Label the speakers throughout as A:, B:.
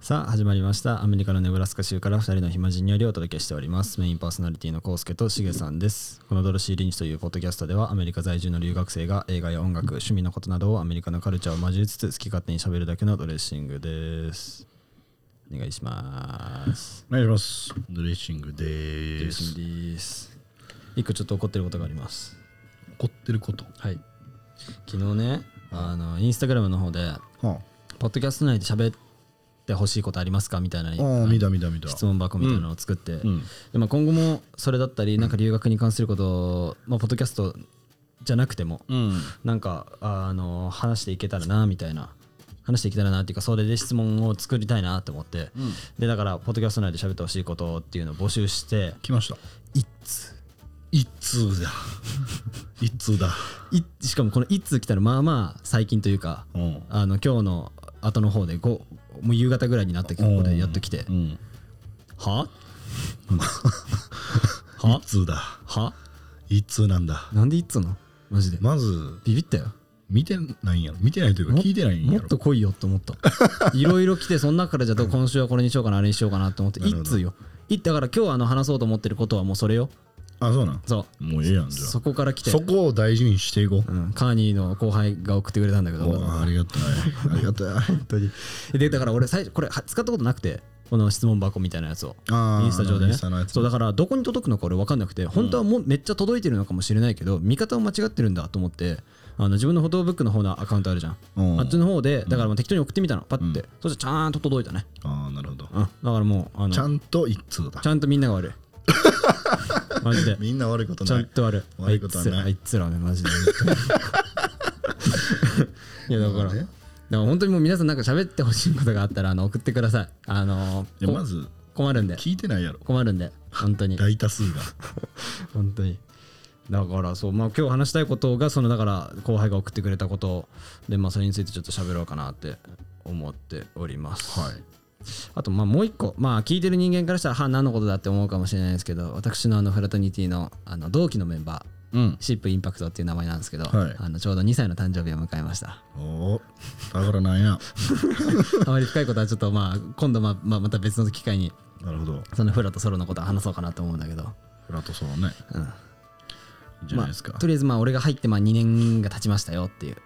A: さあ始まりましたアメリカのネブラスカ州から2人の暇人によりお届けしておりますメインパーソナリティのコウスケとしげさんですこの「ドロシー・リンチ」というポッドキャストではアメリカ在住の留学生が映画や音楽趣味のことなどをアメリカのカルチャーを交えつつ好き勝手に喋るだけのドレッシングですお願いします
B: お願いします。ドレッシングで
A: ドレッ
B: ー
A: シ
B: す。
A: ングです一個ちょっと怒ってることがあります
B: 怒ってること。
A: はい昨日ねあのインスタグラムの方で
B: は
A: ポッドキャスト内で喋ってほしいことありますかみたいな
B: あ、ああ、見た見た見た。
A: 質問箱みたいなのを作って、
B: ん
A: でまあ、今後もそれだったりなんか留学に関することを、まあ、ポッドキャストじゃなくても、
B: うん。
A: なんかあの話していけたらなみたいな話していけたらなっていうかそれで質問を作りたいなと思って、でだからポッドキャスト内で喋ってほしいことっていうのを募集して
B: 来ました。
A: 一通
B: 一通だ。 一通だ。
A: いしかもこの一通来たらまあまあ最近というか
B: うん。
A: あの今日の後の方でごもう夕方ぐらいになったここでやっと来て
B: うん。
A: はは
B: 一通だ。
A: は
B: 一通なんだ。
A: なんでいつのマジで
B: まず、
A: ビビったよ
B: 見てないんやろ。見てないというか、
A: も
B: 聞いてないん
A: も
B: や
A: っ
B: ろ。
A: と来いよと思った いろいろ来てその中からじゃあどう今週はこれにしようかなあれにしようかなと思って
B: なるほ
A: 一
B: ど
A: 通よいだから今日あの話そうと思ってることはもうそれよ
B: あ、そうなん。
A: そ
B: もうええやん、
A: う
B: じゃ
A: そこから来
B: あ。
A: て
B: そこを大事にしていこう。
A: うん、カーニーの後輩が送ってくれたんだけど
B: おああり がたい。ありがたい。
A: 本当にでだから俺最初これは使ったことなくてこの質問箱みたいなやつを
B: ああ、
A: インスタ上で
B: イ
A: ね
B: ンスタのやつ。
A: そうだからどこに届くのか俺分かんなくて本当はもうめっちゃ届いてるのかもしれないけど見方を間違ってるんだと思ってあの自分のフォトブックの方のアカウントあるじゃん
B: うん
A: あっちの方でだからもう適当に送ってみたのパッてそしたらちゃんと届いたね
B: ああ、なるほど。
A: うんだからもうあの
B: ちゃんと一通だ
A: ち。ゃんとみんな が悪いマジで
B: みんな悪いこと
A: ちゃ
B: なんい。
A: と悪いあ
B: 悪
A: い
B: いことは
A: つ
B: ない
A: らあいつらはねマジで いやだから
B: まあね
A: だから本当にもう皆さんなんか喋ってほしいことがあったらあの送ってくださいあの
B: いや、
A: こ
B: まず、
A: 困るんで
B: 聞いてないやろ。
A: 困るんで本当に
B: 大多数が。
A: 本当にだからそうまあ今日話したいことがそのだから後輩が送ってくれたことでまあそれについてちょっと喋ろうかなって思っております、
B: はい。
A: あとまあもう一個まあ聞いてる人間からしたらはあ何のことだって思うかもしれないですけど私のあのフラトニティのあの同期のメンバー
B: うん。
A: シップインパクトっていう名前なんですけど、
B: はい
A: あのちょうど2歳の誕生日を迎えました
B: おお、だからなんや。
A: あまり深いことはちょっとまあ今度まあまあまた別の機会に
B: なるほど。
A: そのフラとソロのことは話そうかなと思うんだけど
B: フラットソロね。
A: うん
B: いいじゃないですか。
A: まあ、とりあえずまあ俺が入ってまあ2年が経ちましたよっていう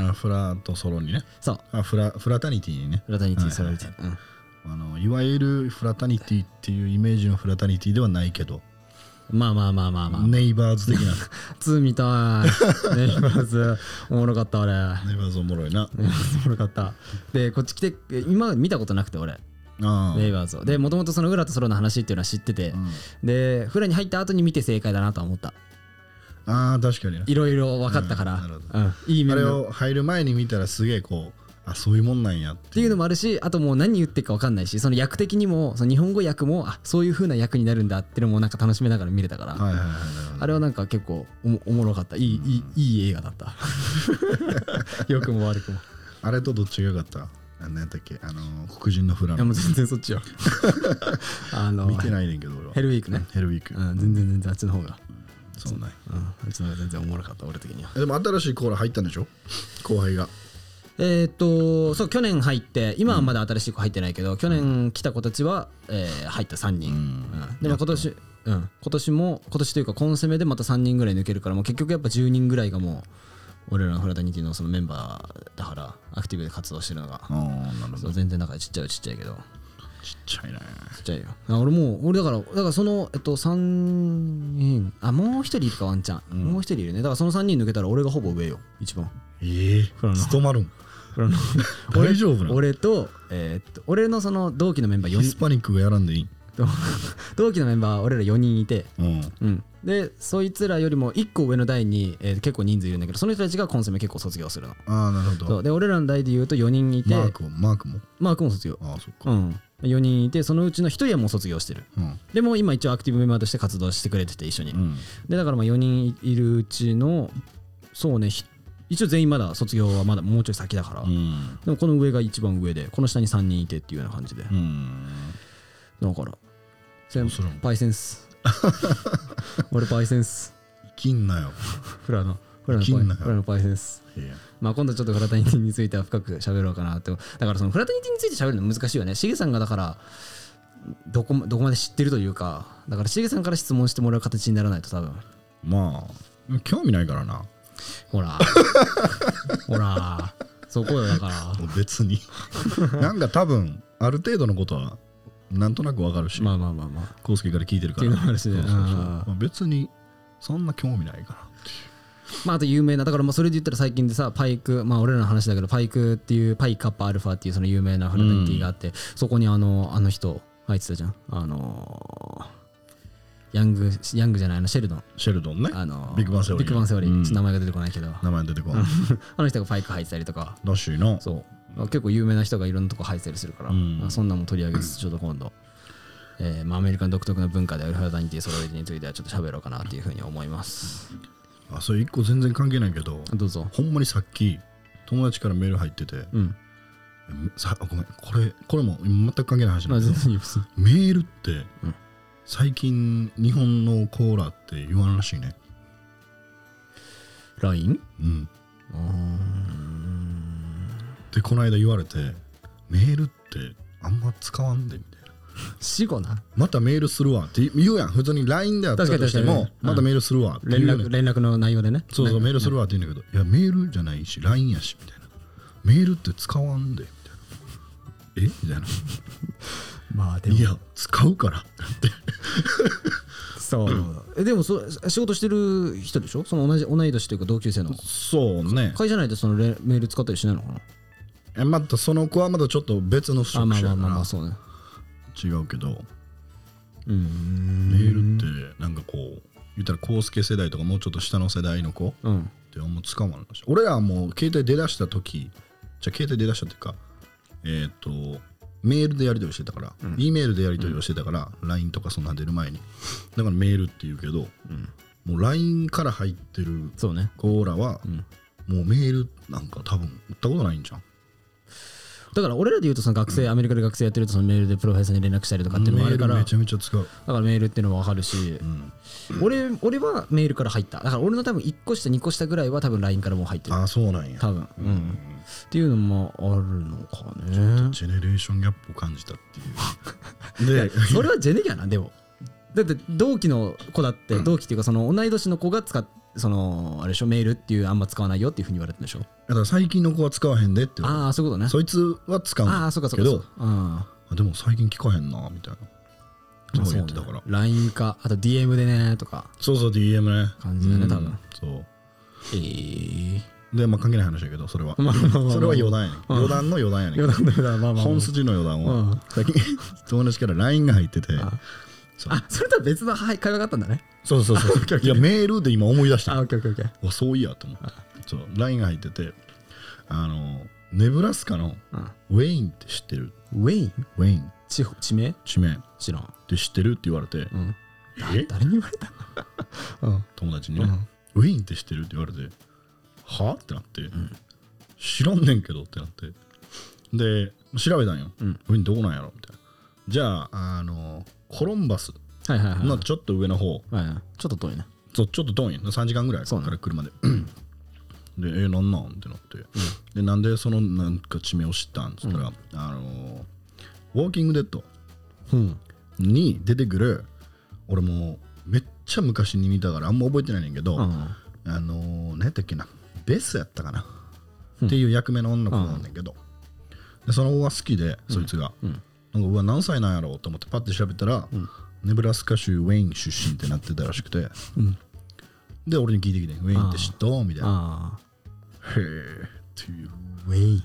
B: あ、フラットソロにね。
A: そう
B: あフラ、フラタニティにね。
A: フラタニティソロ
B: はい
A: リ
B: はい
A: ティ、うん
B: あの、いわゆるフラタニティっていうイメージのフラタニティではないけど、
A: まあまあまあまあまあ、
B: ネイバーズ的な。
A: 2見たいネイバーズおもろかった俺
B: ネイバーズおもろいな。
A: ネイバーズおもろかったでこっち来てえ今まで見たことなくて俺
B: ああ。
A: ネイバーズをでもともとその裏とソロの話っていうのは知ってて、でフラに入った後に見て正解だなとは思った
B: ああ、確かにね。
A: いろいろ分かったから、
B: う
A: うん
B: なんるほど
A: いい
B: あ
A: 面
B: れ
A: 々っ
B: を入る前に見たらすげえこう、あ、そういうもんなんやって
A: ていうのもあるしあともう何言ってるか分かんないしその役的にもその日本語訳もあそういう風な役になるんだっていうのもなんか楽しめながら見れたから、
B: はいはいはいなるほど。
A: あれはなんか結構おもおもろかったいい,、いいいい映画だった 良くも悪くも
B: あれとどっちが良かったあ何やったっけあの、黒人のフラ
A: いや
B: の。
A: もう全然そっち よあの
B: 見てないねんけど、俺は。
A: ヘルウィークね、
B: ヘルウィーク
A: う。ん、全然全然あっちの方が、
B: そうない。
A: うん、あっちの方が全然おもろかった俺的には
B: えでも新しいコーラ入ったんでしょ後輩が。
A: えーっとそう去年入って今はまだ新しい子入ってないけど、去年来た子たちは、えー入った3人、うんでも今年うん、今年も今年というかコンセメでまた3人ぐらい抜けるからもう結局やっぱ10人ぐらいがもう俺らのフラタニティのそのメンバーだからアクティブで活動してるのが
B: ああ、なる
A: そう。全然なんかちっちゃいよちっちゃいけど
B: ちっちゃいね。
A: ちっちゃいよあ俺もう俺だからだからそのえっと3人あもう1人いるかワンちゃん、もう1人いるねだからその3人抜けたら俺がほぼ上よ一番
B: ええ務まるん。大丈夫なの
A: 俺と、えーっと俺のその同期のメンバー
B: ヒ
A: 4
B: ス
A: 人
B: パニックがやらんでいい。
A: と 同期のメンバー俺ら4人いて
B: うん。
A: うん、でそいつらよりも1個上の代に、えー結構人数いるんだけどその人たちがコンセメ結構卒業するの
B: ああ、なるほ
A: そ
B: ど。
A: うで俺らの代で言うと4人いて
B: マークも、マークも。
A: マークも卒業
B: ああ、そっか。
A: うん4人いてそのうちの1人はもう卒業してる
B: うん。
A: でも今一応アクティブメンバーとして活動してくれてて一緒に、
B: うん。
A: でだからまあ4人いるうちのそうねひ一応全員まだ卒業はまだもうちょい先だから、
B: うん。
A: でもこの上が一番上でこの下に3人いてっていうような感じで、
B: うん。
A: だから先
B: それも
A: パイセンス俺パイセンス
B: 生きんなよ。
A: フラのこれらのパ
B: できん
A: イ
B: なよ
A: これらのパイセンです。
B: いや
A: まあ、今度ちょっとフラタニティについては深く喋ろうかなってだからそのフラタニティについて喋るの難しいよねシゲさんがだからどこもどこまで知ってるというかだからシゲさんから質問してもらう形にならないと多分
B: まあ興味ないからな
A: ほら ほらそこよだから
B: もう 別になんか多分ある程度のことはなんとなくわかるし
A: まあまあまあまあ
B: 康介から聞いてるか
A: っていう
B: ら
A: のもあるしね
B: そうそうそう
A: うん
B: まあ別にそんな興味ないか
A: まああと有名なだからまあそれで言ったら最近でさパイクまあ俺らの話だけどパイクっていうパイカッパアルファっていうその有名なフラタニティがあって、そこにあのあの人入ってたじゃんあのーヤングヤングじゃないあのシェルドン
B: らシェルドンね
A: あの
B: ビッグバンセオリー
A: ビッグバンセオリー
B: うん
A: ちょっと名前が出てこないけど、あ
B: 名前出てこない
A: の人がパイク入ってたりとか、
B: らしいな
A: そう、結構有名な人がいろんなとこ入ってたりするから、
B: うん
A: そんなんも取り上げつつ、ちょっと今度、えーまあ、アメリカの独特な文化であるフラダニティソロリティについてはちょっと喋ろうかなっていうふうに思います。
B: あそれ一個全然関係ないけど
A: どうぞ。
B: ほんまにさっき友達からメール入ってて
A: うん。
B: めさごめんこれこれも全く関係ない話
A: ま
B: な
A: あ、
B: んだ
A: 全
B: けど
A: 然いいです。
B: メールって
A: うん
B: 最近日本のコーラって言わんらしいね
A: LINE?
B: うん
A: うーん
B: でこの間言われてメールってあんま使わんでみたいな
A: 死後な
B: またメールするわって言うやん普通に LINE であった
A: 確かに
B: としても
A: 確かに
B: またメールするわって
A: 連
B: 言うね
A: 絡
B: ん
A: 連絡の内容でね。
B: そうそう
A: ね
B: メールするわって言うんだけどいやメールじゃないし LINE やしみたいなメールって使わんでみたいなえみたいな
A: まあでも
B: いや使うからって
A: そうえでもそ仕事してる人でしょその同じ同い年というか同級生の
B: そうね
A: 会社内でそのレメール使ったりしないのかな
B: えまたその子はまだちょっと別の
A: あ
B: 職
A: まあま
B: 種や
A: あ
B: か
A: まあま
B: ら
A: あそうね
B: 違うけど
A: うん
B: メールってなんかこう言ったら康介世代とかもうちょっと下の世代の子っ
A: うん
B: てあんま使わんらしい俺らはもう携帯出だした時じゃあ携帯出だしたっていうかえっ、とメールでやり取りしてたから、E メールでやり取りをしてたから、LINE とかそんなん出る前にだからメールっていうけど、もう LINE から入ってる
A: そうね
B: 子らは、もうメールなんか多分打ったことないんじゃん
A: だから俺らで言うとその学生アメリカで学生やってるとそのメールでプロフェッサーに連絡したりとかっていうの
B: メ
A: もあ
B: ー
A: るか
B: ル
A: ら
B: め
A: だ
B: ちゃめちゃ使う
A: からメールっていうのも分かるし
B: ん
A: 俺俺はメールから入っただから俺の多分1個下2個下ぐらいは多分 LINE からもう入ってる
B: ああそうなんや
A: 多分うんっていうのもあるのかね
B: ジェネレーションギャップを感じたっていう で
A: それはジェネギアなでもだって同期の子だって同期っていうかその同い年の子が使っそのあれでしょメールっていうあんま使わないよっていうふうに言われてるんでしょ
B: だから最近の子は使わへんでって
A: ああそういうことね
B: そいつは使うん
A: ああそうかそう
B: け
A: か
B: ど
A: そうかうん
B: あでも最近聞かへんなみたいなそう言ってたから
A: ね、LINE かあと DM でねとか
B: そうそう DM ね
A: 感じだね
B: うん
A: 多分
B: そ
A: ええ
B: うでまあ関係ない話だけどそれは
A: まあまあまあまあ
B: それは余談やねん余談の余談やねんけど
A: 談だよなまあま
B: 本筋の余談
A: う
B: を
A: ん
B: 最近友達から LINE が入ってて
A: あそれとは別のはい会話があったんだね
B: そうそうそう いやメールで今思い出した
A: あオッケーオッケーオッケー
B: おそういやと思ってそう LINE が入っててあのネブラスカの
A: うん
B: ウェインって知ってる
A: ウェイン
B: ウェイン
A: 地方地名
B: 地名っ
A: 知らん、
B: て知ってるって言われて、
A: うん、
B: え
A: 誰に言われたうん
B: 友達にね、ウェインって知ってるって言われてはってなって、知らんねんけどってなってで調べたんよ、
A: うん
B: ウェインどこなんやろみたいなじゃああのコロンバス
A: はいはいはい
B: のちょっと上の方、
A: はいはいちょっと遠いね
B: そうちょっと遠いん3時間ぐらい
A: そう
B: か
A: ね
B: ら車で、 でえー、なんなんってなって、でなんでそのなんか地名を知ったんっつったら、あのウォーキングデッド
A: うん
B: に出てくる俺もうめっちゃ昔に見たからあんま覚えてないねんけど、
A: うん
B: あのー、何やったっけなベスやったかな、っていう役目の女の子なんだけど、でその子が好きでそいつが、なんかうわ何歳なんやろうと思ってパッて調べたら、ネブラスカ州ウェイン出身ってなってたらしくて、で俺に聞いてきて「ウェインって知っと?」みたいな
A: ああ
B: 「へえ」っていう
A: ウェイン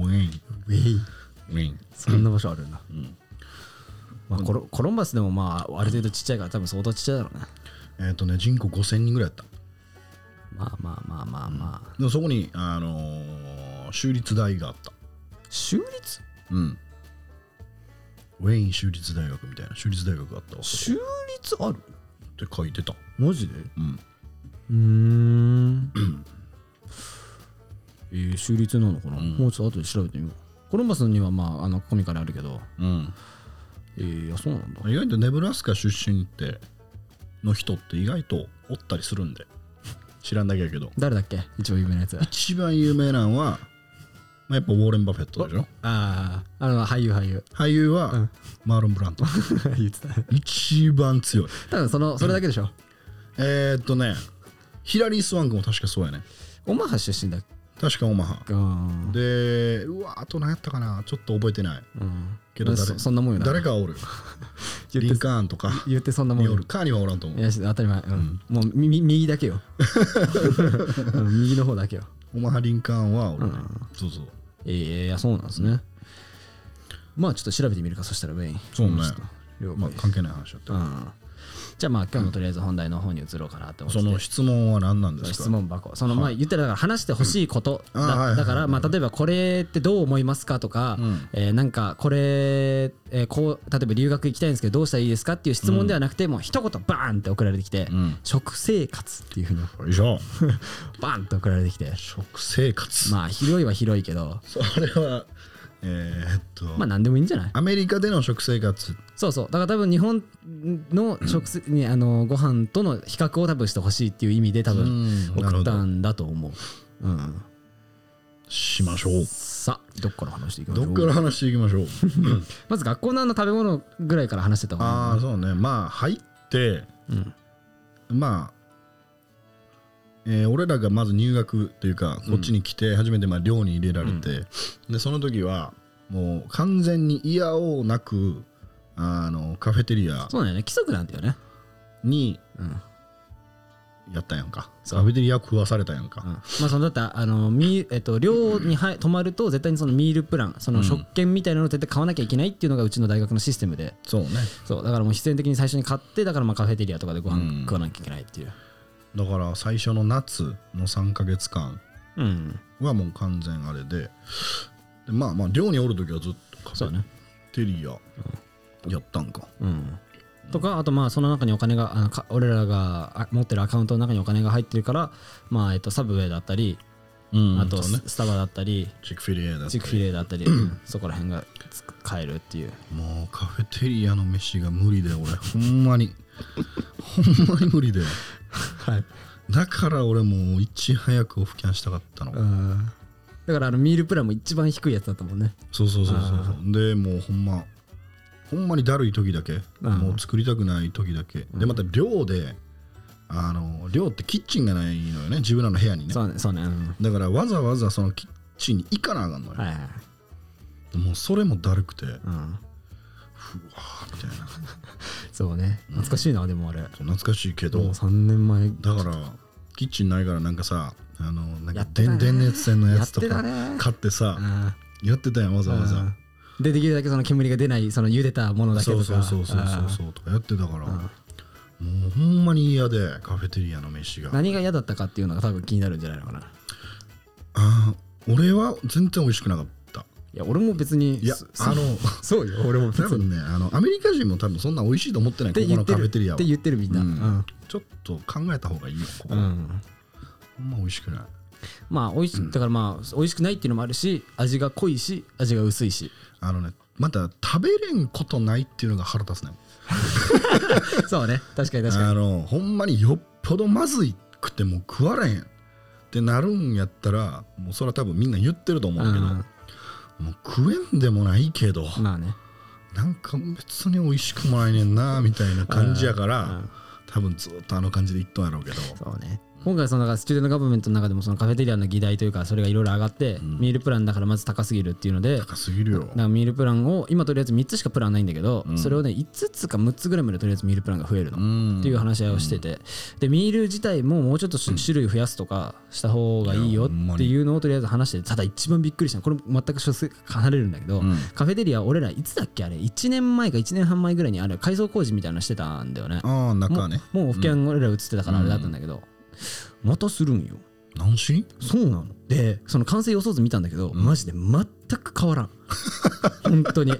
B: ウェイン
A: ウェイン
B: ウェイン
A: そんな場所あるんだ、まあ、コロコロンバスでもまあある程度ちっちゃいから多分相当ちっちゃいだろうね
B: えっ、とね人口5000人ぐらいやった
A: まあまあまあまあまあ
B: でもそこにあのー州立大があった
A: 州立
B: うんウェイン州立大学みたいな州立大学があったわそ
A: 州立ある
B: こって書いてた
A: マジで
B: うん
A: うんえー、州立なのかな、
B: うん
A: もうちょっと後で調べてみようコロンバスにはまああのコミカルあるけど
B: うん、
A: えー、いやそうなんだ
B: 意外とネブラスカ出身っての人って意外とおったりするんで知らんだけやけど
A: 誰だっけ一番有名なやつあ
B: 一番有名なのは、まあ、やっぱウォーレン・バフェットでしょ
A: あーあの俳優俳優
B: 俳優は、マーロン・ブラント
A: 言ってた
B: 一番強い
A: 多分そのそれだけでしょ、
B: えー、っとねヒラリー・スワンクも確かそうやね
A: オマハ出身だっ
B: 確かオマハ
A: けうん
B: でうわあと何やったかなちょっと覚えてない
A: うん
B: けど
A: そ
B: 誰
A: そんなもんよな
B: 誰かはおる
A: 言
B: リ
A: っ
B: ン
A: て
B: カーンとか
A: 言ってそんなもん
B: に
A: よ
B: おるカーにはおらんと思
A: いうやし当たり前、うんもう右右だけ よ、うん右の方だけよ
B: オマハ・リンカーンはおるね、そうそう
A: ええいやそうなんですね、まあちょっと調べてみるかそしたらウェイン
B: そうね
A: ちょっと了
B: ま
A: 解
B: あ関係ない話だった、
A: うんじゃあまあ今日もとりあえず本題の方に移ろうかなって思って
B: その質問は何なんですか
A: 質問箱そのまあ言ったらだから話してほしいこと
B: うんあーはいは
A: だ
B: い
A: だからまあ例えばこれってどう思いますかとか
B: うん
A: えーなんかこれえーこう例えば留学行きたいんですけどどうしたらいいですかっていう質問ではなくてもう一言バーンって送られてきて
B: うん
A: 食生活っていう ふうに
B: よいしょ
A: バーンって送られてきて
B: 食生活、
A: まあ広いは広いけど
B: それはえー、っと、
A: まあ何でもいいんじゃない
B: アメリカでの食生活
A: そうそうだから多分日本の食す、ね、あのご飯との比較を多分してほしいっていう意味で多分
B: うんなる
A: 送
B: ほ
A: った
B: ど
A: んだと思う、うん、
B: しましょう
A: さあどっから話していきましょ
B: ど
A: う
B: っから話していきましょう
A: まず学校のあの食べ物ぐらいから話してた方が
B: ああそうねまあ入って
A: いいね、
B: まあ、えー俺らがまず入学というかこっちに来て初めてまあ寮に入れられて、でその時はもう完全に嫌おうなくあのカフェテリア
A: うん、そうだよね規則なんだよね
B: に
A: うん、うん、
B: やったやんか
A: そう
B: カフェテリア食わされたやんか、
A: まあそのだったあのミーえっと寮に入泊まると絶対にそのミールプランその食券みたいなのを絶対買わなきゃいけないっていうのがうちの大学のシステムで
B: そうね
A: そうだからもう必然的に最初に買ってだからまあカフェテリアとかでご
B: うん
A: 飯食わなきゃいけないっていう
B: だから最初の夏の3ヶ月間
A: うん
B: はもう完全あれででまあまあ寮におる時はずっとカフ
A: そう
B: ェ
A: だね
B: テリアやったんか
A: うん、とかあとまあその中にお金があのか俺らがあ持ってるアカウントの中にお金が入ってるから、まあえっと、サブウェイだったり、
B: うん
A: あと
B: そうね
A: ス,、タバだったり
B: チックフィリエだった
A: チ
B: り
A: ックフィレだったり、うんそこら辺がつ買えるっていう
B: もうカフェテリアの飯が無理で俺ほんまにほんまに無理で
A: はい
B: だから俺もういち早くオフキャンしたかったの
A: だからあのミールプランも一番低いやつだったもんね
B: そうそうそうそうそうでもうほんまほんまにだるい時だけ
A: ん
B: もう作りたくない時だけでまた寮であの寮ってキッチンがないのよね自分らの部屋にね
A: そうねそうね、うん
B: だからわざわざそのキッチンに行かなあかんのよ、
A: はいはいはい
B: もうそれもだるくて
A: うん、
B: みたいな
A: そうね懐かしいなでもあれも
B: 懐かしいけ
A: う
B: ど
A: 3年前
B: だからキッチンないからなんかさあのなん
A: や
B: か
A: ってた
B: 電
A: ね
B: 電熱線のや
A: や
B: つ
A: っ
B: と
A: てた
B: か
A: ね
B: 買ってさ
A: うん
B: やってたやんわざわざ
A: うんでできるだけその煙が出ないその茹でたものだけ
B: そ
A: と
B: う
A: か
B: そうそうそうそうそうとかやってたからもうほんまに嫌でカフェテリアの飯が
A: 何が嫌だったかっていうのが多分気になるんじゃないのかな。
B: あー俺は全然美味しくなかった
A: いや、俺も別に。
B: いや
A: そ
B: あの
A: そうよ、俺も別に。
B: 多
A: っ
B: 分ねあのアメリカ人も多分そんな美味しいと思ってないこ
A: て
B: こ
A: 言
B: の
A: って
B: カフ
A: る。
B: ェテリア
A: っ
B: は
A: て言ってるみんな。
B: う
A: うんん。
B: ちょっと考えた方がいいよここ、
A: うん
B: ほんま美味しくない
A: まあ、美味しい、だからまあ、美味しくないっていうのもあるし、味が濃いし、味が薄い し。
B: あのねまた食べれんことないっていうのが腹立つね
A: そうね、確かに確か
B: あのほんまによっぽどまずいくてもう食われへんってなるんやったらもうそれは多分みんな言ってると思うけど、
A: うん
B: もう食えんでもないけど、
A: に。まあね。
B: なんか別に美味しくもないねんなみたいな感じやから、多分ずっとあの感じでいっとんやろうけど
A: そうね。今回そのなんかスチューデントガバメントの中でもそのカフェテリアの議題というかそれがいろいろ上がって、ミールプランだからまず高すぎるっていうのでだか
B: 高すぎるよ
A: らミールプランを今とりあえず3つしかプランないんだけど、
B: ん
A: それをね5つか6つぐらいまでとりあえずミールプランが増えるの、
B: うん
A: っていう話し合いをしてて、でミール自体ももうちょっとし種類増やすとかした方がいいよっていうのをとりあえず話してただ一番びっくりしたのこれ全く書籍離れるんだけど、
B: うん
A: カフェテリア俺らいつだっけあれ1年前か1年半前ぐらいにあれ改装工事みたいなのしてたんだよね
B: ああ中はね
A: もうオフキャン俺ら映ってたからあれだったんだけど、またするんよ
B: 何し
A: そうなのでその完成予想図見たんだけど、マジで全く変わ らん本当に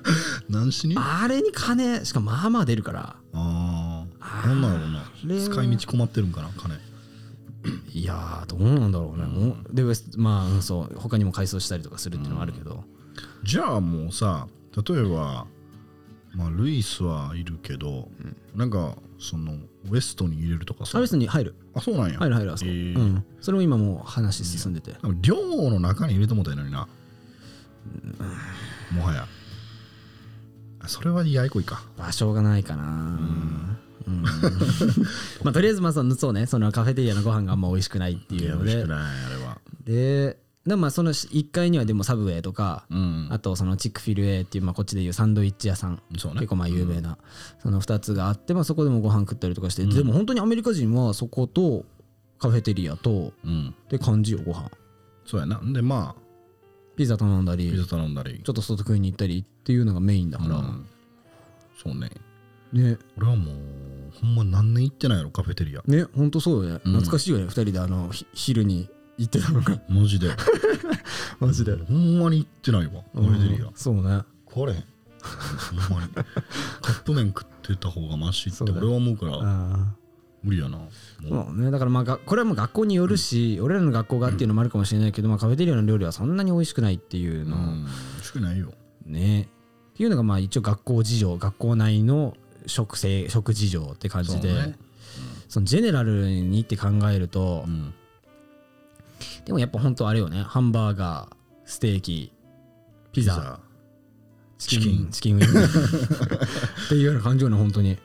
B: 何しにあ
A: あれに金しかまあまあ出るから
B: あーなんだろうな
A: れは
B: 使い道困ってるんかな金
A: いやーどうなんだろうね、もうでまあうんそう他にも改装したりとかするっていうのもあるけど、
B: じゃあもうさ例えばまあルイスはいるけど、なんかそのウエストに入れるとか
A: サ
B: さ
A: ービスに入る
B: あそうなんや
A: 入る入るあそこ、
B: えー
A: うん、それも今もう話進んでて
B: でも両方の中に入れてもうたらいいのにな、もはやあそれはややこいか
A: 場所がないかなうん まあとりあえずまあそのそうねそのカフェテリアのご飯があんま美味しくないっていうの
B: 美味し
A: で
B: くないあれは
A: ででもまあその1階にはでもサブウェイとか、
B: うん
A: あとそのチックフィルウェイっていう、まあ、こっちでいうサンドイッチ屋さん、
B: そうね
A: 結構まあ有名な、その2つがあって、まあ、そこでもご飯食ったりとかして、でも本当にアメリカ人はそことカフェテリアと
B: うん
A: で感じよご飯
B: そうやなでまあ
A: ピザ頼んだり
B: ピザ頼んだり
A: ちょっと外食いに行ったりっていうのがメインだから、
B: うんそうね
A: ね
B: 俺はもうほんま何年行ってないやろカフェテリア
A: ねほんとそうよね
B: うん
A: 懐かしいよね、二2人であのひ昼に行ってたの が
B: マジで
A: マジで
B: ほんまに行ってないわカフェテリア
A: そうね
B: これへんほんまにカップ麺食ってた方がマシって
A: そうだね
B: 俺は思うから
A: あ
B: 無理やなも
A: ー
B: う
A: そうねだからまあがこれはもう学校によるし、俺らの学校がっていうのもあるかもしれないけど、まあ、カフェテリアの料理はそんなに美味しくないっていう
B: う
A: の、
B: ん美味しくないよ
A: ねっていうのがまあ一応学校事情学校内の食性食事情って感じで
B: そ
A: そ,、
B: うね
A: のジェネラルにって考えると、
B: うん
A: でもやっぱ本当あれよねハンバーガーステーキピザチキンチキンウィングっていうような感じよね本当に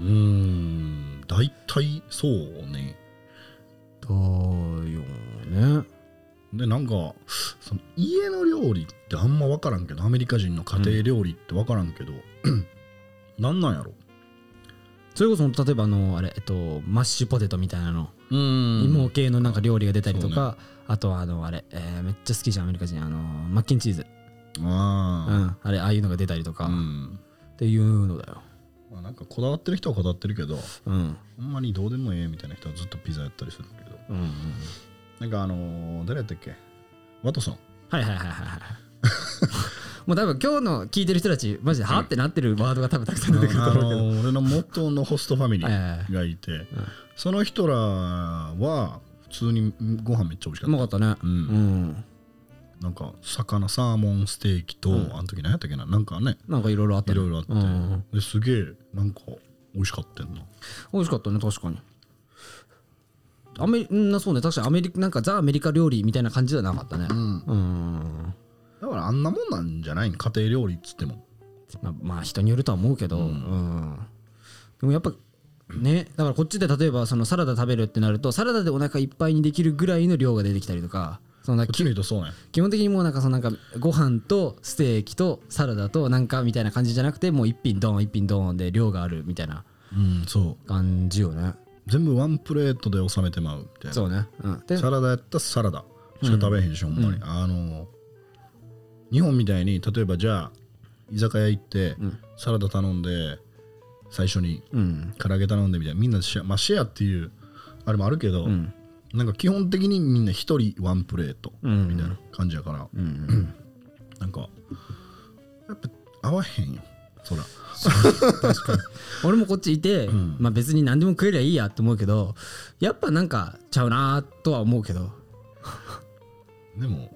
B: うーん大体そうね
A: だよね
B: でなんかその家の料理ってあんま分からんけどアメリカ人の家庭料理って分からんけど、 なんなんやろ
A: それこそ例えばあのあれえっとマッシュポテトみたいなの、
B: うん
A: 芋系のなんか料理が出たりとか、あとはあのあれ、えーめっちゃ好きじゃんアメリカ人あのマッキンチーズ、う
B: あ
A: ん、あれああいうのが出たりと
B: あ
A: か、
B: うん
A: っていうのだよ
B: まあ、なんかこだわってる人はこだわってるけど
A: うん
B: ほんまにどうでもええみたいな人はずっとピザやったりするけど
A: うん、うん、
B: なんかあのー誰やったっけワトソン
A: はいはいはいはいはいもう多分今日の聞いてる人たちマジではあってなってるワードが多分たくさん出てくると
B: あ
A: 思うけど、
B: のー 俺の元のホストファミリ
A: はいはいは
B: ーがいてその人らは普通にご飯めっちゃ美味し
A: う
B: かった
A: まかったね
B: うん
A: ん
B: なんか魚サーモンステーキと、あの時何やったっけななんかね
A: なんかいろいろあった
B: い
A: ね
B: ろいろあって、
A: うん
B: ですげえなんか美味しかったんな
A: 美味しかったね確かにアメリうんそうね確かにアメリなんかザ・アメリカ料理みたいな感じではなかったねうん
B: だからあんなもんなんじゃないの家庭料理っつっても
A: まあ、まあ人によるとは思うけど、うんでもやっぱねだからこっちで例えばそのサラダ食べるってなるとサラダでお腹いっぱいにできるぐらいの量が出てきたりとかそのなん
B: こ
A: か
B: っちの人そうなんや
A: 基本的にもうなんかそのなんかご飯とステーキとサラダとなんかみたいな感じじゃなくてもう一品ドーン一品ドーンで量があるみたいな
B: うんそう
A: 感じよね
B: 全部ワンプレートで収めてまうみたいな
A: そうね、うん、で
B: サラダやったらサラダしか食べへんし、ほんまに、あの日本みたいに例えばじゃあ居酒屋行って、サラダ頼んで最初に
A: うん
B: 唐揚げ頼んでみたいなみんなシェア,、まあ、シェアっていうあれもあるけど、なんか基本的にみんな一人ワンプレート
A: うん
B: みたいな感じやから、
A: うん
B: なんかやっぱ合わへんよそら
A: 俺もこっちいて、まあ別に何でも食えりゃいいやって思うけどやっぱなんかちゃうなとは思うけど
B: でも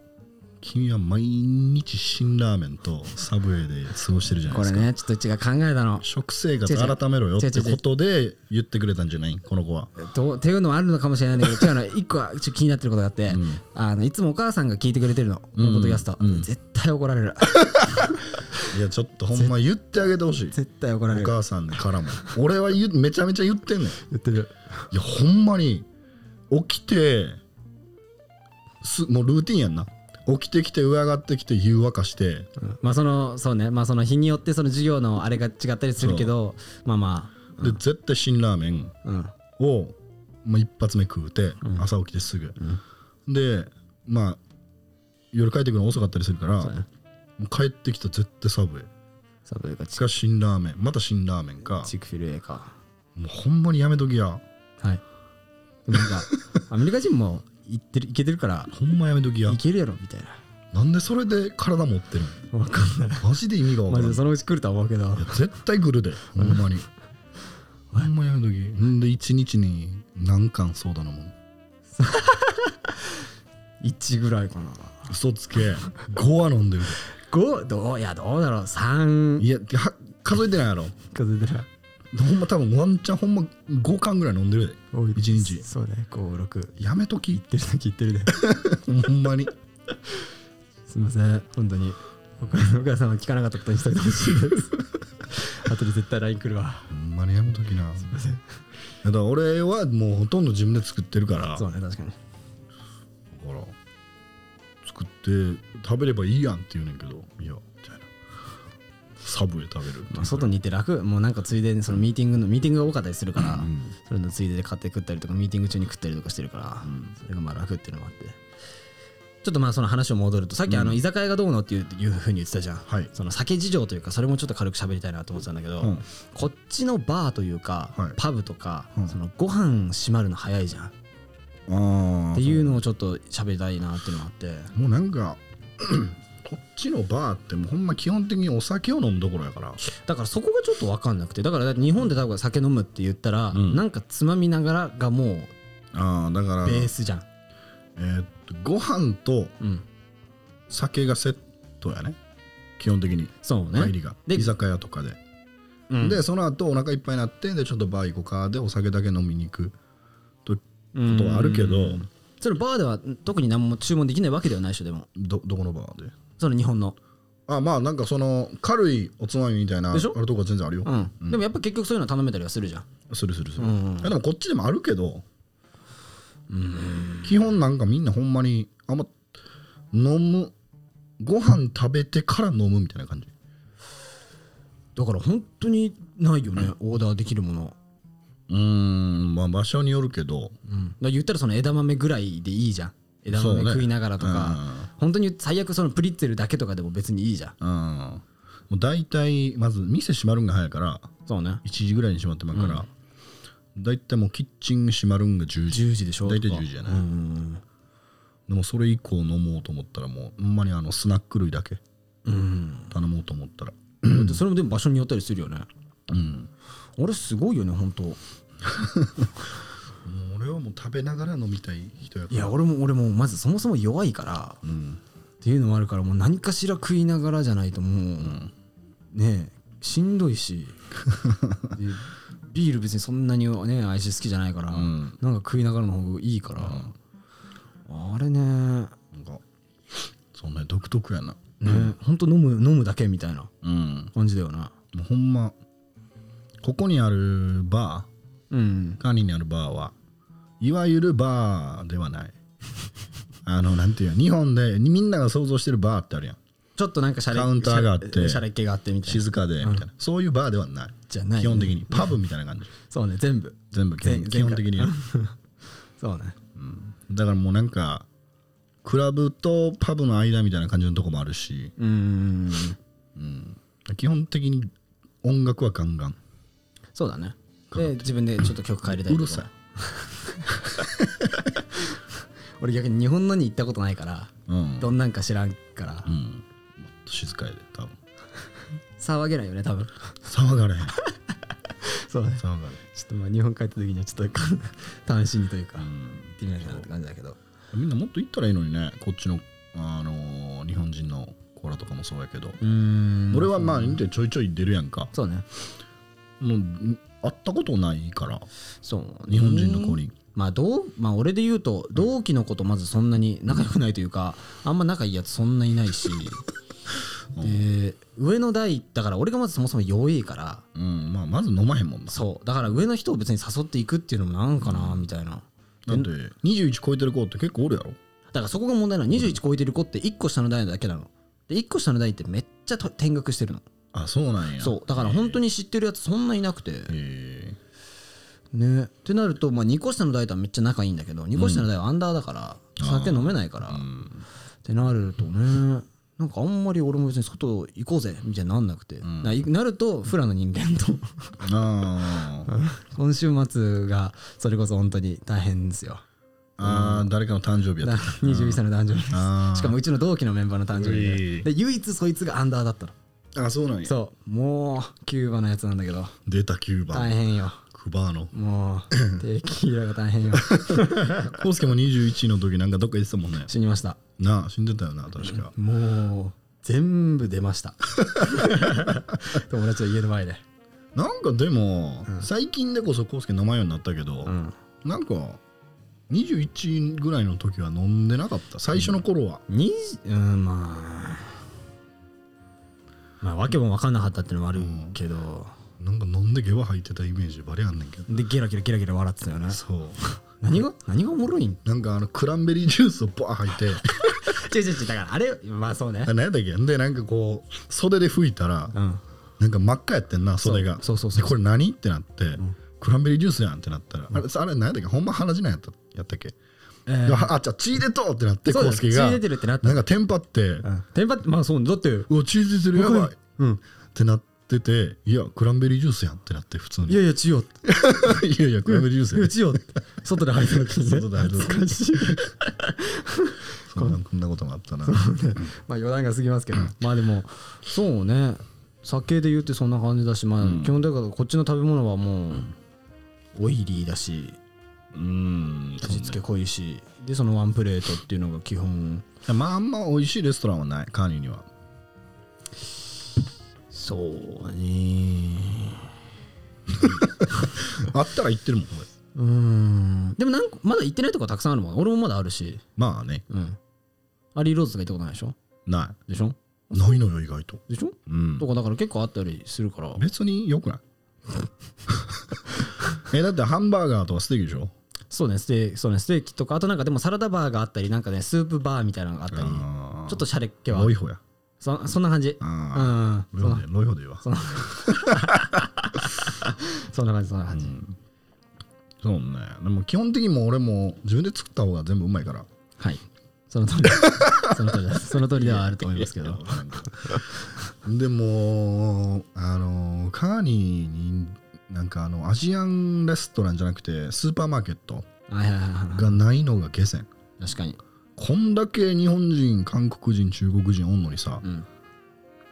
B: 君は毎日辛ラーメンとサブウェイで過ごしてるじゃない
A: こ
B: です
A: れ
B: か、
A: ねちょっと違う考えたの
B: 食生活改めろよっ
A: 違う違う
B: てことで言ってくれたんじゃないこの子は
A: とっていうのはあるのかもしれないんだけど違うの一個はちょっと気になってることがあって、あのいつもお母さんが聞いてくれてるのこのポッドキャスト、絶対怒られる
B: いやちょっとほんま言ってあげてほしい
A: 絶対怒ら
B: お
A: れる
B: 母さんからも俺は言うめちゃめちゃ言ってんねん
A: 言ってる
B: いやほんまに起きてすもうルーティンやんな起きてきて上上がってきて湯沸かして
A: まあそのそうねまあその日によってその授業のあれが違ったりするけどまあま
B: で絶対辛ラーメン
A: あうん
B: を、まあ、一発目食うて朝起きてすぐ、でまあ夜帰ってくるの遅かったりするから、
A: そうね
B: もう帰ってきたら絶対サブウェイ
A: そうというかチ
B: か辛ラーメンまた辛ラーメンか
A: チックフィルエか
B: もうほんまにやめときや
A: はいでもなんか アメリカ人も行ってる行けてるから
B: ほんまやめときや
A: いけるやろみたいな
B: なんでそれで体持ってる
A: 分かんない
B: のマジで意味がわか
A: マ
B: ら
A: ジ
B: ん
A: でそのうち来るとは思うけど
B: いや絶対来るでほんまにほんまやめときんで一日に何缶そうだなもん
A: 1ぐらいかな
B: 嘘つけ5は飲んでる
A: 5どういやどうだろう3
B: いやは数えてないやろ
A: 数えてない
B: ほんま多分ワンチャンほんま5巻ぐらい飲んでる
A: 多いです
B: 一日
A: そうね56
B: でやめとき
A: 言ってる時言ってるで
B: ほんまに
A: すいません本当に岡田さんは聞かなかったことにしておいてほしい です後で絶対 LINE 来るわ
B: ほんまにやめときな
A: すいません
B: だから俺はもうほとんど自分で作ってるから
A: そうね確かに
B: だから作って食べればいいやんって言うねんけどいやみたいなサブウェイ食べる
A: まあ、外にいて楽もうなんかついでにそのミーティングのミーティングが多かったりするから、
B: うん
A: それのついでで買って食ったりとかミーティング中に食ったりとかしてるから、それがまあ楽っていうのもあってちょっとまあその話を戻るとさっきあの居酒屋がどうのっていういうふうに言ってたじゃん、
B: はい
A: その酒事情というかそれもちょっと軽く喋りたいなと思ってたんだけど、
B: うん
A: こっちのバーというか、
B: はい
A: パブとか、
B: うん
A: そのご飯閉まるの早いじゃんっ
B: ああ
A: ていうのをちょっと喋りたいなっていうのもあって
B: もうなんか こっちのバーってもうほんま基本的にお酒を飲むところやから
A: だからそこがちょっと分かんなくてだからだって日本で多分酒飲むって言ったら、
B: ん
A: なんかつまみながらがもう
B: ああだから
A: ベースじゃん、
B: えーっとご飯と
A: うん、
B: 酒がセットやね基本的に
A: そうね。
B: 入りが
A: で
B: 居酒屋とかで、
A: うん
B: でその後お腹いっぱいになってでちょっとバー行こうかでお酒だけ飲みに行くことはあるけど、
A: うんそれバーでは特に何も注文できないわけではないでしょ、でも。
B: どどこのバーで
A: その日本の。
B: あまあなんかその軽いおつまみみたいなあ
A: で
B: る
A: しょ
B: とこは全然あるよ、
A: うん。でもやっぱ結局そういうの頼めたりはするじゃん。
B: するするする、
A: うんうん
B: えでもこっちでもあるけど、基本なんかみんなほんまにあんま飲むご飯食べてから飲むみたいな感じ
A: だから本当にないよね、オーダーできるもの。
B: うーんまあ場所によるけど
A: うん。だから言ったらその枝豆ぐらいでいいじゃん。枝豆
B: そうね
A: 食いながらとか。本当に最悪そのプリッツェルだけとかでも別にいいじゃん。
B: うんもう大体まず店閉まるんが早いから
A: そうね。
B: 1時ぐらいに閉まってまうから、大体もうキッチン閉まるんが10時
A: 10時でしょ
B: 大体
A: とか
B: 10時やね
A: うんうん
B: でもそれ以降飲もうと思ったらもうほんまにあのスナック類だけ
A: うん。
B: 頼もうと思ったら
A: うん。それもでも場所によったりするよね。
B: うん
A: 俺すごいよね、本当。
B: もう俺はもう食べながら飲みたい人や
A: い
B: から
A: や、俺も俺もまずそもそも弱いから。
B: うん
A: っていうのもあるからもう何かしら食いながらじゃないともう、ねえしんどい しでビール別にそんなにね愛し好きじゃないから、
B: ん
A: なんか食いながらの方がいいから、あれね
B: なんかそんなに独特やな
A: ね、ほんと飲む飲むだけみたいな
B: うん
A: 感じだよな
B: もうほんまここにあるバ
A: うん
B: ーカニにあるバーはいわゆるバーではない あのなんていうの日本でみんなが想像してるバーってあるやん
A: ちょっとなんかシャレ
B: カウンターがあって
A: シャレシャレっ気があってみたいな
B: 静かでみたいな、そういうバーではない
A: じゃない
B: 基本的にパブみたいな感じ
A: そうね全部
B: 全部基
A: 全
B: 本基本的に
A: そうね
B: だからもうなんかクラブとパブの間みたいな感じのとこもあるし
A: うーん
B: 基本的に音楽はガンガン
A: そうだねで自分でちょっと曲変えれたり
B: う
A: と
B: る
A: か
B: さい
A: 俺逆に日本のに行ったことないから
B: うん、
A: どんなんか知らんから
B: うん、もっと静かやで多分
A: 騒げないよね多分
B: 騒がれへん
A: そうね
B: 騒がれ
A: ちょっとまあ日本帰った時にはちょっと単身にというか
B: へん、う
A: 行
B: ん
A: ってみなきゃなって感じだけど
B: みんなもっと行ったらいいのにねこっちの、あのー日本人のコーラとかもそうやけど、
A: うん
B: 俺はまあ見てちょいちょい出るやんか
A: そうね
B: もうん会ったことないから
A: そう
B: 日本人の子に
A: まあどうまあ俺で言うと同期の子とまずそんなに仲良くないというかあんま仲いいやつそんないない しで上の代だから俺がまずそもそも弱いから
B: うんまあまず飲まへんもんな
A: そうだから上の人を別に誘っていくっていうのもなんかなみたいな
B: だって21超えてる子って結構おるやろ
A: だからそこが問題なの21超えてる子って1個下の代だけなので1個下の代ってめっちゃと転学してるの
B: あそうなんや
A: そうだから本当に知ってるやつそんないなくて
B: え
A: ねってなると、まあ、2個下の代とはめっちゃ仲いいんだけど2個下の代はアンダーだから、酒飲めないから、ってなるとねなんかあんまり俺も別に外行こうぜみたいになんなくて、ないなるとフラの人間 と
B: あー
A: 今週末がそれこそ本当に大変ですよ
B: あー誰かの誕生日や
A: だ
B: っ
A: 21歳の誕生日
B: あ
A: ですしかもうちの同期のメンバーの誕生日
B: うい
A: でで唯一そいつがアンダーだったの
B: たあそうなんや
A: そうもうキューバのやつなんだけど
B: 出た9
A: 大
B: 番
A: 変よ
B: クバーノ
A: も うテキーラが大変よ
B: コウスケも21の時なんかどっか行ってたもんね
A: 死にました
B: なあ死んでたよな確か、
A: もう全部出ました 友達の家の前で
B: なんかでも、最近でこそ康介飲まんようになったけど、
A: うん
B: なんか21ぐらいの時は飲んでなかった最初の頃は、
A: にうんまあまあ訳も分かんなかったってのもあるけど、
B: なんか飲んでゲバ吐いてたイメージバレあんねんけど、
A: でゲラゲラゲラゲラ笑ってたよね
B: そう
A: 何が何がおもろいん
B: なんかあのクランベリージュースをバー吐いて
A: 違う違う違うだからあれまあそうね
B: あ何やったっけでなんかこう袖で吹いたら、
A: うん
B: なんか真っ赤やってんな袖が
A: そうそうそうそう
B: でこれ何ってなって、クランベリージュースやんってなったら、あれあれ何やったっけほんま鼻血なんやったやったっけ、
A: えー
B: でああじゃあ血出とうってなって
A: そうだよ
B: 康介が
A: 血出てるってなった
B: なんかテンパって、
A: うんテンパってまあそうだって
B: うわチーズするやばい、
A: うん
B: ってなってていやクランベリージュースやんってなって普通に
A: いやいや違うよ
B: いやいやクランベリージュースやん
A: うちよ 外で入るのにね
B: 外で吐いて
A: 恥
B: る
A: ずかしい
B: そんなこんなこともあったな
A: まあ余談が過ぎますけどまあでもそうね酒で言うってそんな感じだしまあ基本だからこっちの食べ物はもうオイリーだし
B: うん
A: 味付け濃いしでそのワンプレートっていうのが基本
B: まああんま美味しいレストランはないカーニーには
A: そうね
B: あったら行ってるもん俺
A: うんでもなんかまだ行ってないとこたくさんあるもん俺もまだあるし
B: まあね
A: うんアリーローズとか行ったことないでしょ
B: な
A: でしょ
B: いないのよ意外と
A: でしょ
B: うん
A: とかだから結構あったりするから
B: 別によくない えだってハンバーガーとかステーキでしょ
A: そうねステーキそうねステーキとかあとなんかでもサラダバーがあったりなんかねスープバーみたいなのがあったり
B: あ
A: ちょっとシャレっ気
B: あ
A: は
B: ロイホや
A: そそんな感じう
B: あ
A: ん
B: あ
A: そ
B: ロイ
A: ん
B: ホ
A: な
B: でロイホでいいわ
A: そんなそんな感じそんな感じ、
B: そうねでも基本的にもう俺も自分で作った方が全部うまいから
A: はいその通り その通りですその通りではあると思いますけど
B: でもあのカーニーになんかあのアジアンレストランじゃなくてスーパーマーケット
A: はいはいはいは
B: がないのが下船
A: い確かに
B: こんだけ日本人韓国人中国人おんのにさ
A: う、ん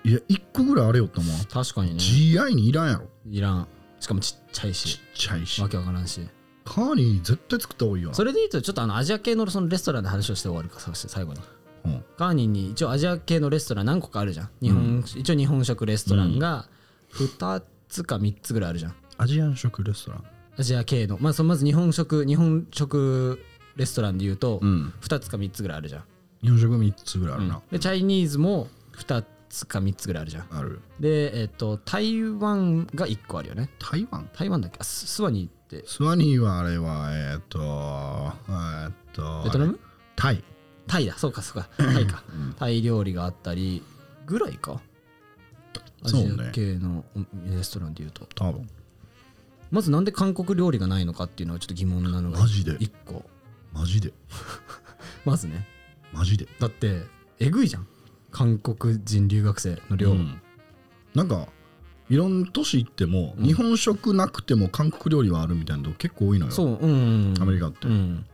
B: いや1個ぐらいあれよって思う、
A: 確かにね
B: GI にいらんやろ
A: いらんしかもちっちゃい
B: ち
A: し
B: っちゃいし
A: わけわからんし
B: カーニー絶対作った方がいいよな
A: それで言うとちょっとあのアジア系のそのレストランで話をして終わるかそして最後に
B: うん
A: カーニーに一応アジア系のレストラン何個かあるじゃん日本、一応日本食レストランが2つか3つぐらいあるじゃん
B: アジアン食レストラン
A: アジア系の,、まあ、そのまず日本食日本食レストランで言うと
B: ん
A: 2つか3つぐらいあるじゃん、
B: 日本食3つぐらいあるな、
A: でチャイニーズも2つか3つぐらいあるじゃん
B: ある
A: でえっ、と台湾が1個あるよね
B: 台湾
A: 台湾だっけあススワニーって
B: スワニーはあれはえっ、とえっ、と
A: ベトナム
B: タイ
A: タイだそうかそう かタイか、タイ料理があったりぐらいかア
B: そう
A: ジ
B: ね
A: ア系のレストランで言うと
B: 多分
A: まずなんで韓国料理がないのかっていうのはちょっと疑問なのが
B: マジで
A: 1個
B: マジで
A: まずね
B: マジで
A: だってえぐいじゃん韓国人留学生の量、
B: うんなんかいろんな都市行っても、日本食なくても韓国料理はあるみたいなとこ結構多いのよ
A: そううん
B: アメリカって、
A: うん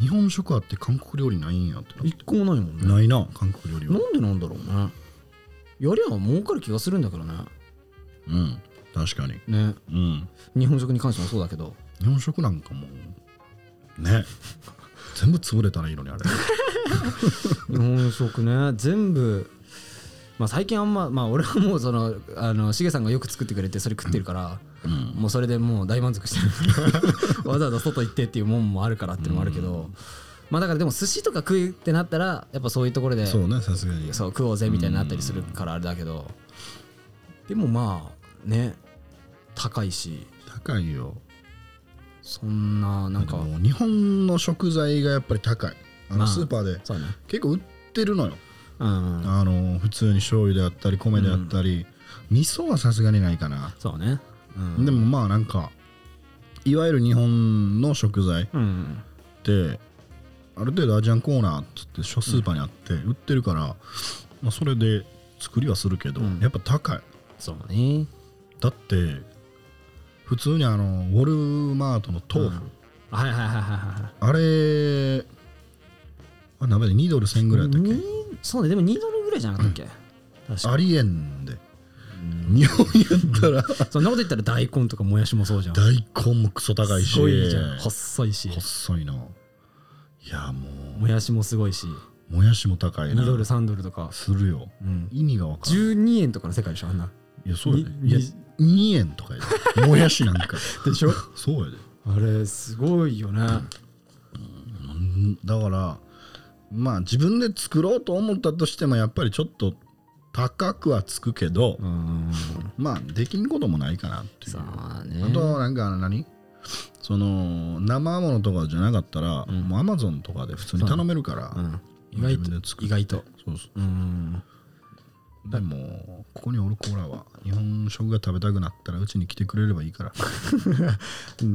B: 日本食あって韓国料理ないんやってな
A: 一個もないもんね
B: ないな韓国料理
A: な
B: は
A: んでなんだろうねやりゃ儲かる気がするんだけどね
B: うん確かに
A: ね
B: うん
A: 日本食に関してもそうだ けど
B: 日本食なんかも うね全部潰れたらいいのにあれ
A: 日本食ね全部まあ最近あんままあ俺はもうそのあのしげさんがよく作ってくれてそれ食ってるから、もうそれでもう大満足して るわざわざ外行ってっていうもんもあるからっていうのもあるけど、まあだからでも寿司とか食うってなったらやっぱそういうところで
B: そうねさすがに
A: そう食おうぜみたいになったりするからあれだけど、でもまあね高いし
B: 高いよ
A: そんななんか
B: もう日本の食材がやっぱり高いあ
A: ま
B: の
A: あ
B: スーパーで
A: そうね
B: 結構売ってるのよ
A: うん
B: あの普通に醤油であったり米であったり、味噌はさすがにないかな、
A: そうねうん
B: でもまあなんかいわゆる日本の食材っ
A: うん
B: てある程度アジアンコーナーっつってスーパーにあって売ってるから、まあ、それで作りはするけど、
A: うん
B: やっぱ高い
A: そうね
B: だって普通にあのウォルマートの豆腐、
A: はいはいはいはいはい
B: あれあ鍋で2ドル1000ぐらいだっ
A: にそうねでも2ドルぐらいじゃなかったっけ、確
B: け
A: か
B: ありえんで日本やったら
A: そんなこと言ったら大根とかもやしもそうじゃん
B: 大根もクソ高いし
A: すごいじゃん細いし
B: 細いないやも
A: もやしもすごいし
B: もやしも高いな
A: 2ドル3ドルとか、
B: するよ
A: うん、
B: 意味がわかる
A: 12円とかの世界でしょあんない
B: やそうやで
A: に
B: いや2円とかやでもやしなんか
A: でしょ
B: そうやで
A: あれすごいよね
B: うんだからまあ自分で作ろうと思ったとしてもやっぱりちょっと高くはつくけど、
A: うん
B: まあできんこともないかなっていう
A: さあね
B: あとなんか何その生ものとかじゃなかったら、
A: うん
B: もうアマゾンとかで普通に頼めるから、
A: うん、意外
B: 自分で
A: と
B: 作る
A: 意外と
B: そうそ
A: うん
B: うでもここにおるコーラは日本食が食べたくなったらうちに来てくれればいい から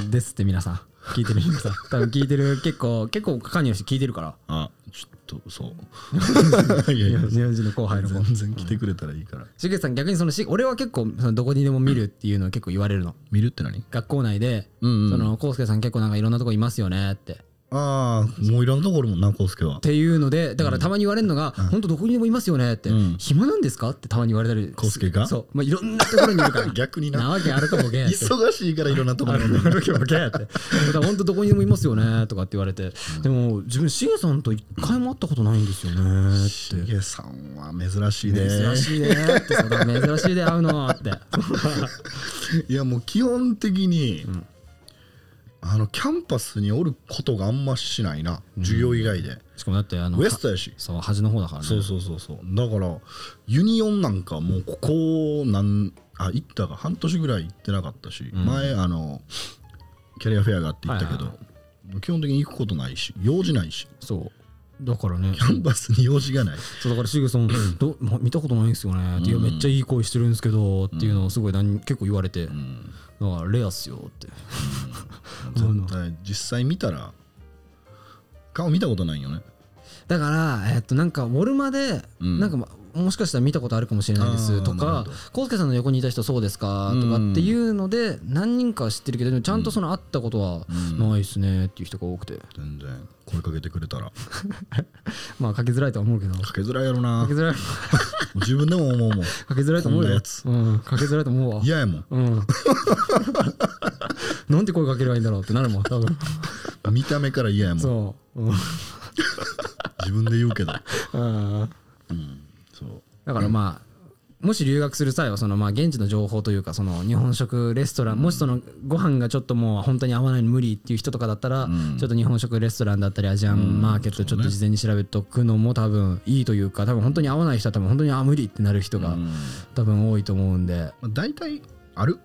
A: ですって皆さん聞いてる皆さ ん多分聞いてる結構結構関与して聞いてるから
B: あちょっとそう いやい
A: 日
B: や
A: 本人の後輩の子
B: 全然来てくれたらいいから、
A: しげさん逆にそのし俺は結構そのどこにでも見るっていうのを結構言われるの
B: 見るって何
A: 学校内で
B: うんうん
A: その康介さん結構なんかいろんなとこいますよねってっ
B: ああもういろんなところもんなコウスケは
A: ていうのでだからたまに言われるのが「本当どこにでもいますよね」って
B: う
A: 「
B: ん
A: 暇なんですか?」ってたまに言われたり
B: 康介が
A: そうまあいろんなところにい るから
B: 逆に
A: な
B: な
A: わけあるかもげーって
B: 忙しいからいろんなところ も
A: あるけどゲーって。 だから本当どこにでもいますよねとかって言われて、でも自分シゲさんと一回も会ったことないんですよね
B: シ
A: って。
B: ゲさんは珍しいね
A: 珍しいねーってそうだから珍しいで会うのって
B: いやもう基本的に、あのキャンパスにおることがあんましないな授業以外で、
A: しかもだってあの
B: ウエストやし
A: そう端の方だからね
B: そうそうそうそうだからユニオンなんかもうここなんあ行ったが半年ぐらい行ってなかったし、前あのキャリアフェアがあって行ったけど、
A: はい
B: 基本的に行くことないし用事ないし
A: そうだからね
B: キャンパスに用事がない
A: そうだからシゲさんど、ま見たことないんですよねっていやめっちゃいい声してるんですけどっていうのをすごい何結構言われて、だからレアっすよって
B: 絶対実際見たら顔見たことないよね
A: だから、えっと、なんか、ウォルマで、
B: ん
A: なんかま、もしかしたら見たことあるかもしれないで
B: あ
A: す
B: ー
A: と
B: なるほ
A: か
B: ど、
A: コウスケさんの横にいた人、そうですかとかっていうので、何人かは知ってるけど、でもちゃんとその会ったことはないですねっていう人が多くて、
B: 全然声かけてくれたらか
A: まあ、かけづらいとは思うけど、か
B: けづらいやろな
A: けづらい、
B: 自分でも思うもん
A: かけづらいと思う
B: こんな
A: よ
B: やつ。
A: うん、かけづらいと思うわ。
B: 嫌やもん
A: うん。 なんて声かければいいんだろうってなるもん、多分。
B: 見た目から嫌やもん
A: そう。うん
B: 自分で言うけど
A: うん。
B: そう
A: だからまあ、もし留学する際はそのまあ現地の情報というかその日本食レストラン、もしそのご飯がちょっともう本当に合わないの無理っていう人とかだったら、ちょっと日本食レストランだったりアジアンマーケットちょっと事前に調べとくのも多分いいというか多分本当に合わない人は多分本当にあ無理ってなる人が多分多いと思うんで、
B: まあ大体ある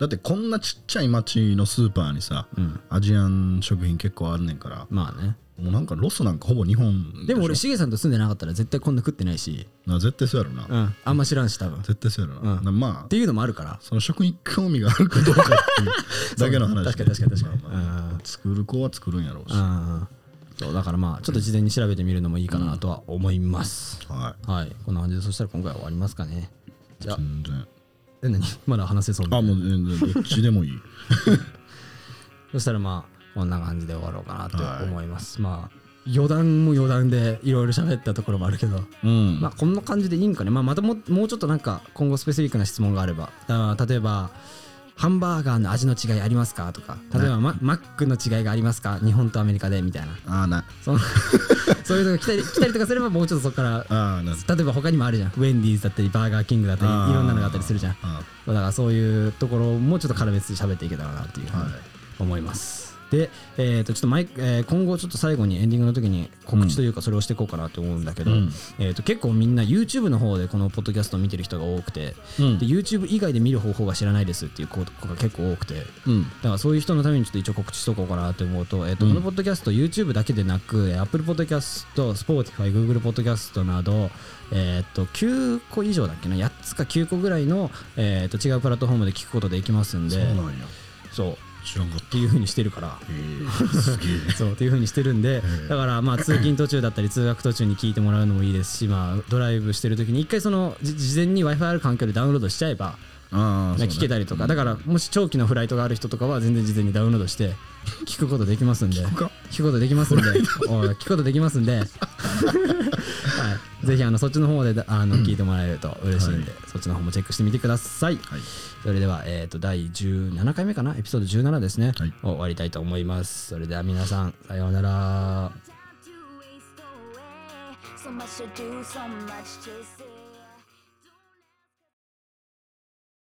B: だってこんなちっちゃい町のスーパーにさ、アジアン食品結構あんねんから
A: まあね
B: もうなんかロスなんかほぼ日本
A: でも俺しげさんと住んでなかったら絶対こんな食ってないし、
B: な絶対そうやろな、
A: うん、あんま知らんし多分っ
B: 絶対そうやろな、
A: うん
B: なま
A: て
B: あ
A: いうのもあるから
B: その食に興味があるかどうかっ ていうだけの話
A: そう確かに確かに確かに
B: まあまあ
A: うん
B: 作る子は作るんやろうし、
A: うんそうだからまあちょっと事前に調べてみるのもいいかなとは思います、
B: はい
A: はい、こんな感じで、そしたら今回は終わりますかね。じゃあ、
B: 全然
A: え、何 まだ話せそうな
B: あもう全然どっちでもいい
A: そしたらまあ、こんな感じで終わろうかなと思います。まあ、余談も余談でいろいろ喋ったところもあるけど、
B: うん
A: まあ、こんな感じでいいんかね。まあ、またももうちょっとなんか、今後スペシフィックな質問があれば、あー例えば、ハンバーガーの味の違いありますかとか、例えばマ、マックの違いがありますか日本とアメリカでみたいな。
B: ああな
A: そのそういうのが来たり来たりとかすれば、もうちょっとそこから
B: ああな
A: 例えば他にもあるじゃんウェンディーズだったりバーガーキングだったり
B: あー
A: いろんなのがあったりするじゃん
B: あ
A: だからそういうところもちょっと絡めつつ喋っていけたらなっていうふうに
B: はい
A: 思います、で、えー、とちょっと毎、えー今後ちょっと最後にエンディングの時に告知というかそれをしていこうかなと思うんだけど、
B: うん
A: えー、と結構みんな YouTube の方でこのポッドキャストを見てる人が多くて、
B: うん
A: で YouTube 以外で見る方法が知らないですっていう子子が結構多くて、
B: うん
A: だからそういう人のためにちょっと一応告知しとこうかなって思うと,、えーとこのポッドキャスト YouTube だけでなくえー Apple Podcast、Spotify、Google Podcast など、えー、と9個以上だっけな8つか9個ぐらいの、えー、と違うプラットフォームで聞くことできますんで
B: そうなんや
A: そうっ
B: 知らんかった
A: ていうふうにしてるから。
B: えーす げえ
A: そうっていう風にしてるんで、だからまあ通勤途中だった り通学途中に聞いてもらうのもいいですし、まあドライブしてる時に一回そのじ事前に Wi-Fi ある環境でダウンロードしちゃえば、
B: ああそうね
A: 聞けたりとか、だからもし長期のフライトがある人とかは全然事前にダウンロード して聞くことできますんで聞
B: か
A: くことできますんでおい聞くことできますんで、はい、ぜひあのそっちの方であの聞いてもらえると嬉しいんで、そっちの方もチェックしてみてください、
B: はい
A: それでは、えー、と第17回目かなエピソード17ですね、
B: はい
A: を終わりたいと思いますそれでは皆さんさようなら
C: Time to waste away. so much to do, so much chasing.